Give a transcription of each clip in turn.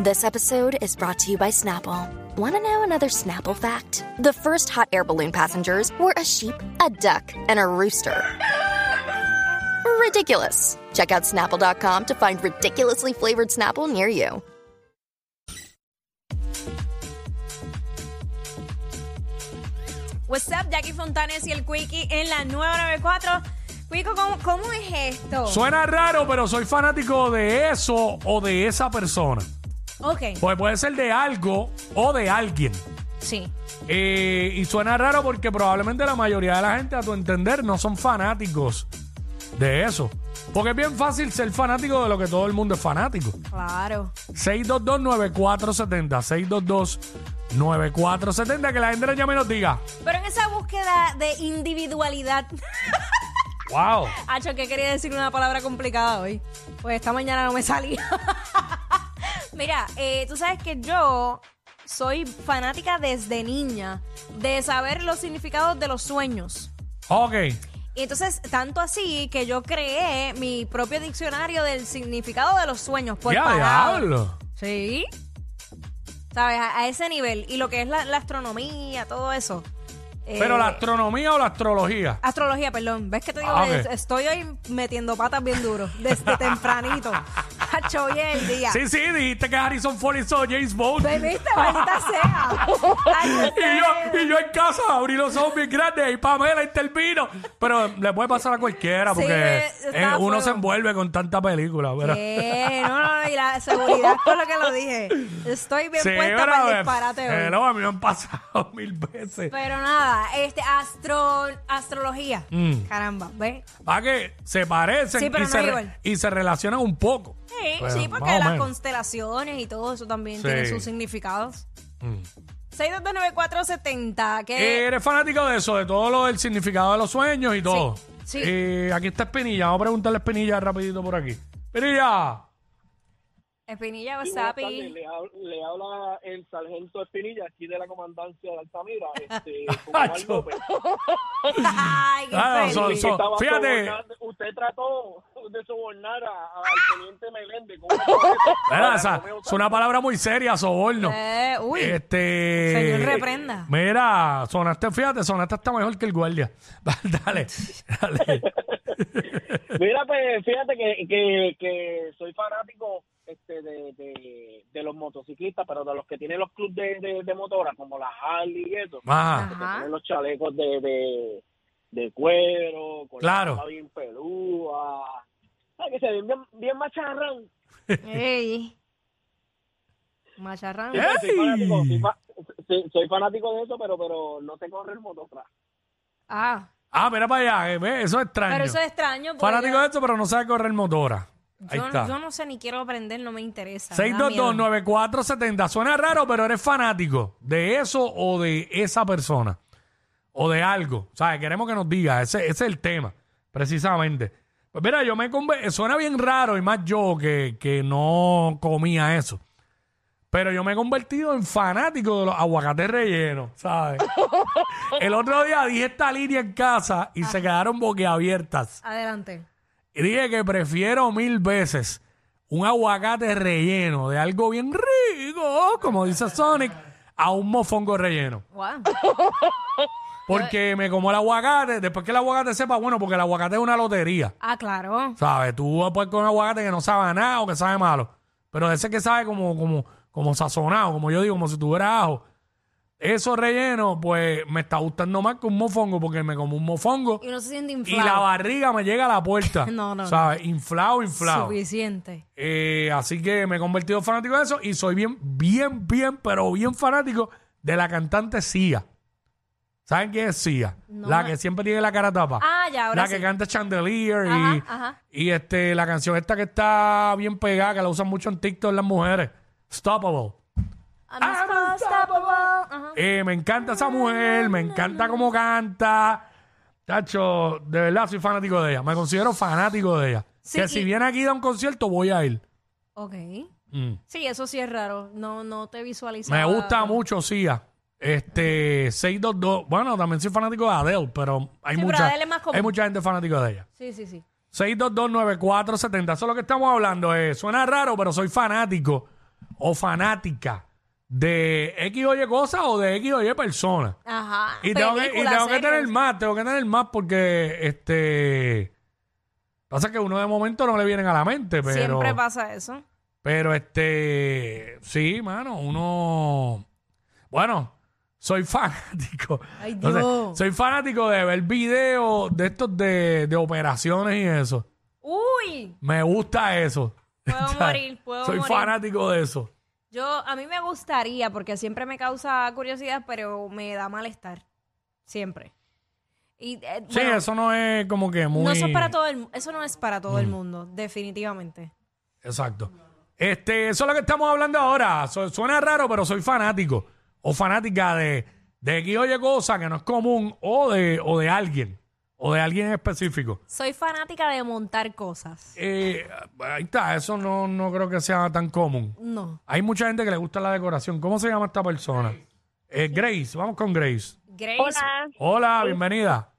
This episode is brought to you by Snapple. Want to know another Snapple fact? The first hot air balloon passengers were a sheep, a duck, and a rooster. Ridiculous. Check out snapple.com to find ridiculously flavored Snapple near you. What's up, Jackie Fontanes y el Quickie en la 994. Quico, ¿cómo, cómo es esto? Suena raro, pero soy fanático de eso o de esa persona. ok, Pues puede ser de algo o de alguien. sí. Eh, y suena raro porque probablemente la mayoría de la gente, a tu entender, no son fanáticos de eso. Porque es bien fácil ser fanático de lo que todo el mundo es fanático. Claro. 622-9470. 622-9470. Que la gente ya menos diga. Pero en esa búsqueda de individualidad, ¡Wow! Acho, que quería decir una palabra complicada hoy. Pues esta mañana no me salía. Mira, eh, tú sabes que yo soy fanática desde niña de saber los significados de los sueños. Ok. Y entonces, tanto así que yo creé mi propio diccionario del significado de los sueños por ¡Ya palabras. diablo! Sí. ¿Sabes? A, a ese nivel. Y lo que es la, la astronomía, todo eso. Eh, ¿Pero la astronomía o la astrología? Astrología, perdón. ¿Ves que te digo? Ah, ok. Es- Estoy hoy metiendo patas bien duro. Desde tempranito. Hacho, hoy es el día. Sí, sí, dijiste que Harrison Ford hizo James Bond. ¿Te viste, maldita sea? Ay, Y yo, y yo en casa abrí los ojos bien grandes y Pamela intervino. Pero le puede pasar a cualquiera Sí, porque eh, eh, está a uno fuego. se envuelve con tanta película. pero- Eh, no, no, no, y la seguridad con lo que lo dije. Estoy bien Sí, puesta pero, para el eh, disparate eh, hoy. no, a mí me han pasado mil veces. Pero nada, este, astro, astrología. Mm. Caramba, ¿ves? ¿Para que se parecen Sí, pero y, no se es re- igual. y se relacionan un poco. Sí, Pero, sí, porque más o las menos. constelaciones y todo eso también Sí. tienen sus significados. Mm. Eh. 6229470, que Eres fanático de eso, de todo lo del significado de los sueños y todo. sí. Eh, aquí está Espinilla, vamos a preguntarle a Espinilla rapidito por aquí. Espinilla. Espinilla Sí, buenas tardes. Wasabi. Le, hab- le habla el sargento Espinilla, aquí de la comandancia de Altamira, este, con Acho. Omar López. Ay, qué Ah, feliz. son- son- Estaba fíjate. sobornando- Usted trató de sobornar a- a- al teniente Meléndez. con una tarjeta. Mira, Ahora, esa- no me es una palabra muy seria, soborno. Eh, uy. Este. Señor, reprenda. Mira, sonaste, fíjate, sonaste hasta mejor que el guardia. dale, dale. Mira, pues fíjate que, que, que soy fanático este, de, de, de los motociclistas, pero de los que tienen los clubes de, de, de motoras, como la Harley y eso. Ajá. que Ajá. tienen los chalecos de, de, de cuero, con Claro. la ropa bien pelúa. Ay, que se ven bien, bien macharrán. Ey. Macharrán. ¿Eh? Soy, fanático, soy, fa- soy- soy fanático de eso, pero pero no sé correr motocross. Ah, Ah, mira para allá, eh, ve, eso es extraño. pero eso es extraño. porque Fanático yo- de esto, pero no sabe correr motora. Ahí yo, está. yo no sé ni quiero aprender, no me interesa. me da miedo. 6229470. Suena raro, pero eres fanático de eso o de esa persona. O de algo. O sea, queremos que nos diga. Ese, ese es el tema, precisamente. Pues mira, yo me conver- Suena bien raro, y más yo que, que no comía eso. Pero yo me he convertido en fanático de los aguacates rellenos, ¿sabes? el otro día dije esta línea en casa y se quedaron boquiabiertas. Adelante. Y dije que prefiero mil veces un aguacate relleno de algo bien rico, como dice Sonic, a un mofongo relleno. Wow. Porque me como el aguacate, después que el aguacate sepa, bueno, porque el aguacate es una lotería. Ah, claro. ¿Sabes? Tú vas a poder comer un aguacate que no sabe a nada o que sabe malo. Pero ese que sabe como, como, como sazonado, como yo digo, como si tuviera ajo. Eso relleno, pues me está gustando más que un mofongo, porque me como un mofongo Y uno se siente y inflado. la barriga me llega a la puerta. No, no, no. ¿Sabes? Inflado, inflado. Suficiente. Eh, así que me he convertido fanático de eso y soy bien, bien, bien, pero bien fanático de la cantante Sia. ¿Saben quién es Sia? No. La que siempre tiene la cara tapa. Ah, ya, ahora la que sí. canta Chandelier y, Ajá, ajá. y este, la canción esta que está bien pegada, que la usan mucho en TikTok las mujeres. Stoppable. I'm Ah, unstoppable. Ajá. Eh, me encanta esa mujer, me encanta cómo canta. Chacho, de verdad soy fanático de ella. Me considero fanático de ella. Sí, que y- si viene aquí a un concierto, voy a ir. Ok. Mm. Sí, eso sí es raro. No, no te visualizas. Me gusta mucho Sia. Este, 622. Bueno, también soy fanático de Adele, pero hay, Sí, pero mucha, Adele es más común. hay mucha gente fanática de ella. Sí, sí, sí. 6229470. Eso es lo que estamos hablando. eh. Suena raro, pero soy fanático o fanática de X o Y cosa o de X o Y persona. Ajá. Y tengo, que, y películas, tengo que series. tener más, tengo que tener más porque este pasa que uno de momento no le vienen a la mente, pero Siempre pasa eso. pero este sí, mano, uno bueno, soy fanático. Ay, Entonces, Dios. soy fanático de ver videos de estos de, de operaciones y eso. Uy, Me gusta eso. puedo morir, puedo soy morir. fanático de eso. Yo, a mí me gustaría, porque siempre me causa curiosidad, pero me da malestar. Siempre. Y, eh, Sí, bueno, eso no es como que muy Mm. no eso es para todo el, mu- eso no es para todo el mundo, definitivamente. Exacto. Este, eso es lo que estamos hablando ahora. Su- suena raro, pero soy fanático. O fanática de, de que oye cosa que no es común. O de, o de alguien. O de alguien en específico. Soy fanática de montar cosas. Eh, ahí está, eso no, no creo que sea tan común. No. Hay mucha gente que le gusta la decoración. ¿Cómo se llama esta persona? Eh, Grace, vamos con Grace. Grace. Hola, Hola, bienvenida.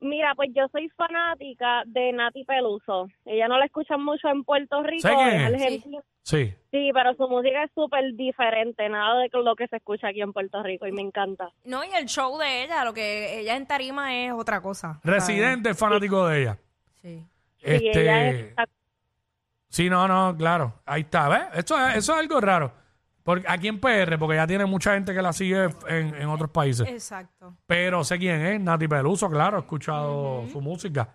mira, pues yo soy fanática de Nati Peluso. Ella no la escuchan mucho en Puerto Rico, ¿Sé quién en es? Argentina. Sí. Sí, pero su música es súper diferente, nada de lo que se escucha aquí en Puerto Rico y me encanta. No, y el show de ella, lo que ella en tarima es otra cosa. Residente es fanático de ella. Sí. Y ella Este, es- Sí, no, no, claro. Ahí está, ¿ves? Esto es- eso es algo raro. Porque aquí en PR, porque ya tiene mucha gente que la sigue en, en otros países. Exacto. Pero sé quién es, Nati Peluso, claro, he escuchado su música.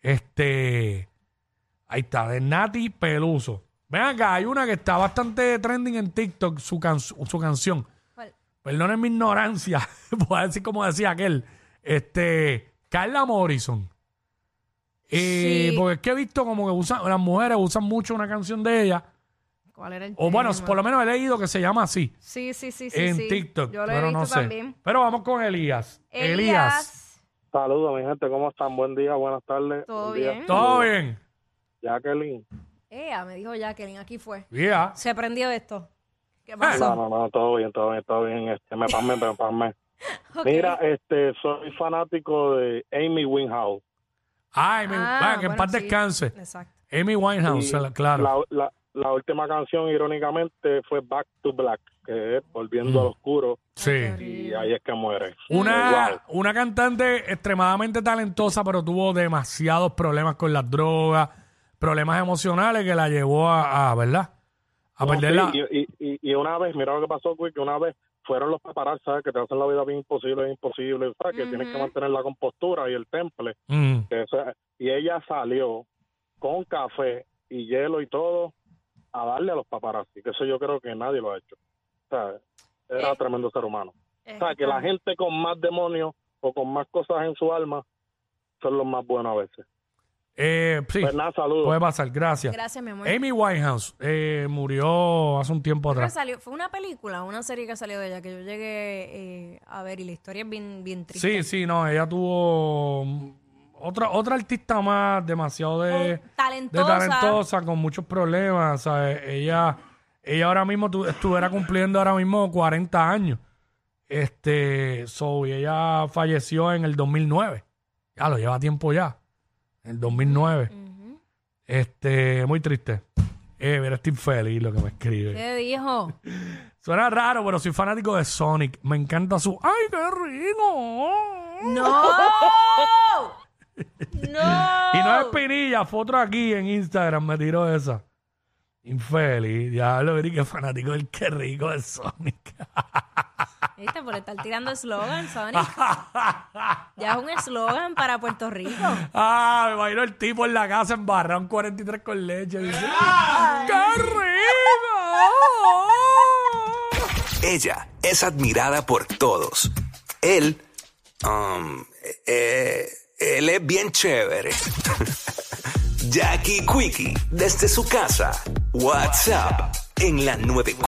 Este, ahí está, de Nati Peluso. Ven acá, hay una que está bastante trending en TikTok, su, can- su canción. ¿Cuál? Perdonen mi ignorancia, voy a decir como decía aquel. Este, Carla Morrison. Eh, Sí. Porque es que he visto como que usan, las mujeres usan mucho una canción de ella. ¿Cuál era el O bueno, tema? por lo menos he leído que se llama así Sí, sí, sí, sí. en sí. TikTok. Yo lo he pero visto no sé. también. Pero vamos con Elías. Elías. Saludos, mi gente, ¿cómo están? Buen día, buenas tardes. Todo Buen día. bien. Todo bien. Jacqueline. Ella me dijo Jacqueline, aquí fue. Yeah. Se prendió esto. Ah, ¿Qué pasó? No, no, no, todo bien, todo bien, todo bien. Este, me pasme, me pasme. Ok. Mira, este, soy fanático de Amy Winhouse. Ay, mi- Ah, vaya, que en bueno, paz sí. descanse. Exacto. Amy Winehouse, Y la- claro. La, la- la última canción, irónicamente, fue Back to Black, que es Mm. Volviendo al Oscuro, sí. y ahí es que muere. Una, una cantante extremadamente talentosa, pero tuvo demasiados problemas con las drogas, problemas emocionales que la llevó a, a, ¿verdad? A perder la... Sí, y, y- y- y una vez, mira lo que pasó, güey, que una vez fueron los paparazzi, ¿sabes? Que te hacen la vida bien imposible, imposible, ¿sabes? Que tienes que mantener la compostura y el temple. Mm. que eso- y ella salió con café y hielo y todo a darle a los paparazzi, que eso yo creo que nadie lo ha hecho. O sea, era Eh. tremendo ser humano. Eh, O sea, que la gente con más demonios o con más cosas en su alma son los más buenos a veces. Eh, sí, Pues nada, saludos. puede pasar, gracias. Gracias, mi amor. Amy Winehouse eh, murió hace un tiempo Creo que atrás. salió- fue una película, una serie que salió de ella que yo llegué eh, a ver y la historia es bien, bien triste. Sí, sí, no, ella tuvo mm, otra otra artista más demasiado de... de Oh, talentosa. talentosa, con muchos problemas, ¿sabes? Ella, ella ahora mismo tu- estuviera cumpliendo ahora mismo 40 años. Este, so, y ella falleció en el 2009. Ya lo lleva tiempo ya. En el 2009. Ujú. Este, muy triste. Eh, mira, estoy feliz lo que me escribe. ¿Qué dijo? Suena raro, pero soy fanático de Sonic. Me encanta su... ¡Ay, qué rico! ¡No! ¡No! Y no es Pinilla, fue otro aquí en Instagram, me tiró esa. Infeliz, diablo, que fanático del que rico de Sonic. ¿Viste? Por estar tirando eslogan, Sonic. Ya es un eslogan para Puerto Rico. ah, me imagino el tipo en la casa embarrado un 43 con leche. dice, ¡Qué rico! Ella es admirada por todos. Él, um, eh, él es bien chévere. Jackie Quickie, desde su casa. WhatsApp, en la 94.